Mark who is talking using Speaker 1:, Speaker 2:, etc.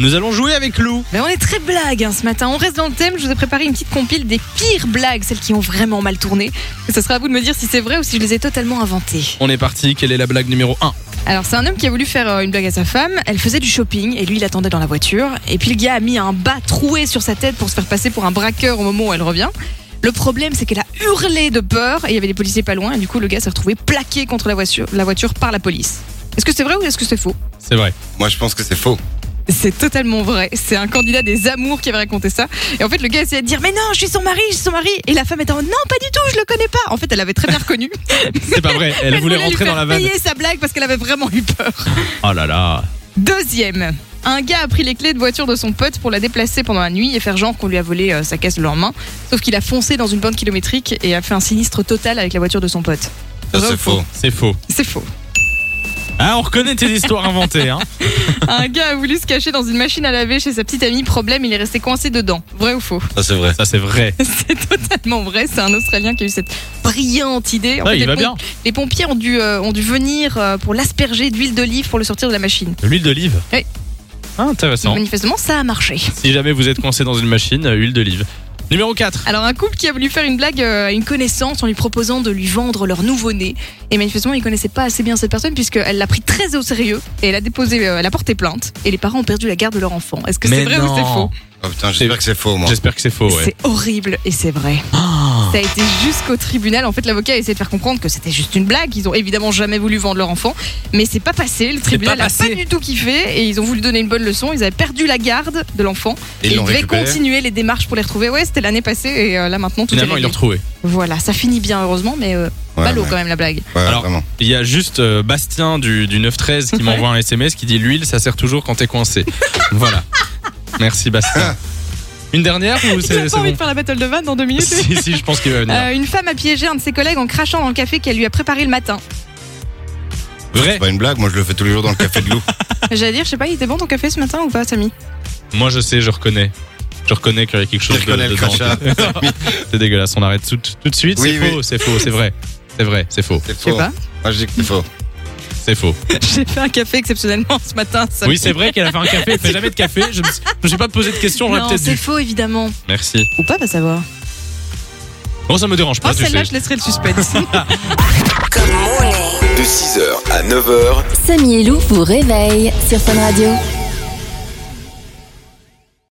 Speaker 1: Nous allons jouer avec Lou.
Speaker 2: Ben, on est très blague hein, ce matin. On reste dans le thème. Je vous ai préparé une petite compile des pires blagues, celles qui ont vraiment mal tourné. Et ce sera à vous de me dire si c'est vrai ou si je les ai totalement inventées.
Speaker 1: On est parti, quelle est la blague numéro 1
Speaker 2: Alors, c'est un homme qui a voulu faire euh, une blague à sa femme. Elle faisait du shopping et lui, il attendait dans la voiture. Et puis, le gars a mis un bas troué sur sa tête pour se faire passer pour un braqueur au moment où elle revient. Le problème, c'est qu'elle a hurlé de peur et il y avait des policiers pas loin. Et du coup, le gars s'est retrouvé plaqué contre la voiture, la voiture par la police. Est-ce que c'est vrai ou est-ce que c'est faux
Speaker 1: C'est vrai.
Speaker 3: Moi, je pense que c'est faux.
Speaker 2: C'est totalement vrai. C'est un candidat des amours qui avait raconté ça. Et en fait, le gars essayait de dire Mais non, je suis son mari, je suis son mari. Et la femme était en Non, pas du tout, je le connais pas. En fait, elle avait très bien reconnu.
Speaker 1: C'est pas vrai, elle, voulait
Speaker 2: lui
Speaker 1: rentrer dans
Speaker 2: faire
Speaker 1: la vanne.
Speaker 2: payer sa blague parce qu'elle avait vraiment eu peur.
Speaker 1: Oh là là.
Speaker 2: Deuxième. Un gars a pris les clés de voiture de son pote pour la déplacer pendant la nuit et faire genre qu'on lui a volé euh, sa caisse le lendemain. Sauf qu'il a foncé dans une bande kilométrique et a fait un sinistre total avec la voiture de son pote.
Speaker 3: Ça,
Speaker 2: Vrai ou
Speaker 3: c'est faux.
Speaker 1: C'est faux.
Speaker 2: C'est faux.
Speaker 1: Ah, on reconnaît tes histoires inventées. Hein.
Speaker 2: Un gars a voulu se cacher dans une machine à laver chez sa petite amie. Problème, il est resté coincé dedans. Vrai ou faux
Speaker 3: Ça, c'est vrai.
Speaker 1: Ça, c'est vrai.
Speaker 2: C'est totalement vrai, c'est un Australien qui a eu cette brillante idée. En
Speaker 1: Ouais, Ah,
Speaker 2: fait,
Speaker 1: il
Speaker 2: les,
Speaker 1: va
Speaker 2: pom-
Speaker 1: bien.
Speaker 2: les pompiers ont dû, euh, ont dû venir euh, pour l'asperger d'huile d'olive pour le sortir de la machine.
Speaker 1: De L'huile d'olive
Speaker 2: Oui.
Speaker 1: Ah, intéressant.
Speaker 2: Manifestement, ça a marché.
Speaker 1: Si jamais vous êtes coincé dans une machine, euh, huile d'olive. Numéro 4.
Speaker 2: Alors, un couple qui a voulu faire une blague euh, à une connaissance en lui proposant de lui vendre leur nouveau-né. Et manifestement, ils connaissaient pas assez bien cette personne puisqu'elle l'a pris très au sérieux et elle a déposé, euh, elle a porté plainte. Et les parents ont perdu la garde de leur enfant. Est-ce que c'est vrai ou c'est faux
Speaker 3: Oh putain, j'espère que c'est faux, moi.
Speaker 1: J'espère que c'est faux, ouais.
Speaker 2: C'est horrible et c'est vrai.
Speaker 1: Ah.
Speaker 2: Ça a été jusqu'au tribunal. En fait, l'avocat a essayé de faire comprendre que c'était juste une blague. Ils ont évidemment jamais voulu vendre leur enfant, mais c'est pas passé. Le tribunal
Speaker 1: pas
Speaker 2: n'a
Speaker 1: passé.
Speaker 2: pas du tout kiffé et ils ont voulu donner une bonne leçon. Ils avaient perdu la garde de l'enfant et
Speaker 3: Et ils
Speaker 2: ils
Speaker 3: l'ont
Speaker 2: devaient
Speaker 3: récupéré.
Speaker 2: continuer les démarches pour les retrouver. Ouais, c'était l'année passée et euh, là maintenant tout
Speaker 1: Finalement,
Speaker 2: est
Speaker 1: il
Speaker 2: réglé.
Speaker 1: l'a retrouvé.
Speaker 2: Voilà, ça finit bien heureusement, mais euh,
Speaker 3: Ouais,
Speaker 2: ballot
Speaker 3: ouais.
Speaker 2: quand même la blague.
Speaker 3: Ouais,
Speaker 1: Alors-
Speaker 3: vraiment.
Speaker 1: Il y a juste euh, Bastien du, du 9-13 qui
Speaker 2: Ouais.
Speaker 1: m'envoie un SMS qui dit L'huile, ça sert toujours quand t'es coincé. voilà. Merci,
Speaker 3: Ah.
Speaker 1: Bastien. Une dernière ou
Speaker 2: J'ai
Speaker 1: c'est
Speaker 2: pas
Speaker 1: c'est
Speaker 2: envie
Speaker 1: bon
Speaker 2: de faire la battle de vannes dans deux minutes.
Speaker 1: Si, si, je pense qu'il va venir.
Speaker 2: Euh, une femme a piégé un de ses collègues en crachant dans le café qu'elle lui a préparé le matin.
Speaker 1: Vrai
Speaker 3: C'est pas une blague, moi, je le fais tous les jours dans le café de loup.
Speaker 2: J'allais dire, je sais pas, il était bon ton café ce matin ou pas, Samy
Speaker 1: Moi, je sais, je reconnais. Je reconnais qu'il y a quelque chose
Speaker 3: Je reconnais
Speaker 1: de,
Speaker 3: le
Speaker 1: dedans.
Speaker 3: crachat.
Speaker 1: C'est dégueulasse, on arrête tout, tout de suite. c'est
Speaker 3: Oui, oui.
Speaker 1: faux, c'est faux, c'est vrai. C'est vrai, c'est faux,
Speaker 3: C'est
Speaker 2: Je sais
Speaker 3: faux.
Speaker 2: pas.
Speaker 3: Moi, je dis que c'est faux.
Speaker 1: c'est faux.
Speaker 2: J'ai fait un café exceptionnellement ce matin. Samy.
Speaker 1: Oui, c'est vrai qu'elle a fait un café, elle fait jamais de café. Je ne me suis pas posé de questions, j'aurais
Speaker 2: Non,
Speaker 1: peut-être
Speaker 2: c'est
Speaker 1: dû.
Speaker 2: faux évidemment.
Speaker 1: Merci.
Speaker 2: Ou pas, va savoir.
Speaker 1: Bon, ça me dérange
Speaker 2: Ah,
Speaker 1: pas, tu
Speaker 2: celle-là,
Speaker 1: sais.
Speaker 2: je laisserai le suspense.
Speaker 4: De 6h à 9h,
Speaker 5: Samy et Lou vous réveille sur Fun Radio.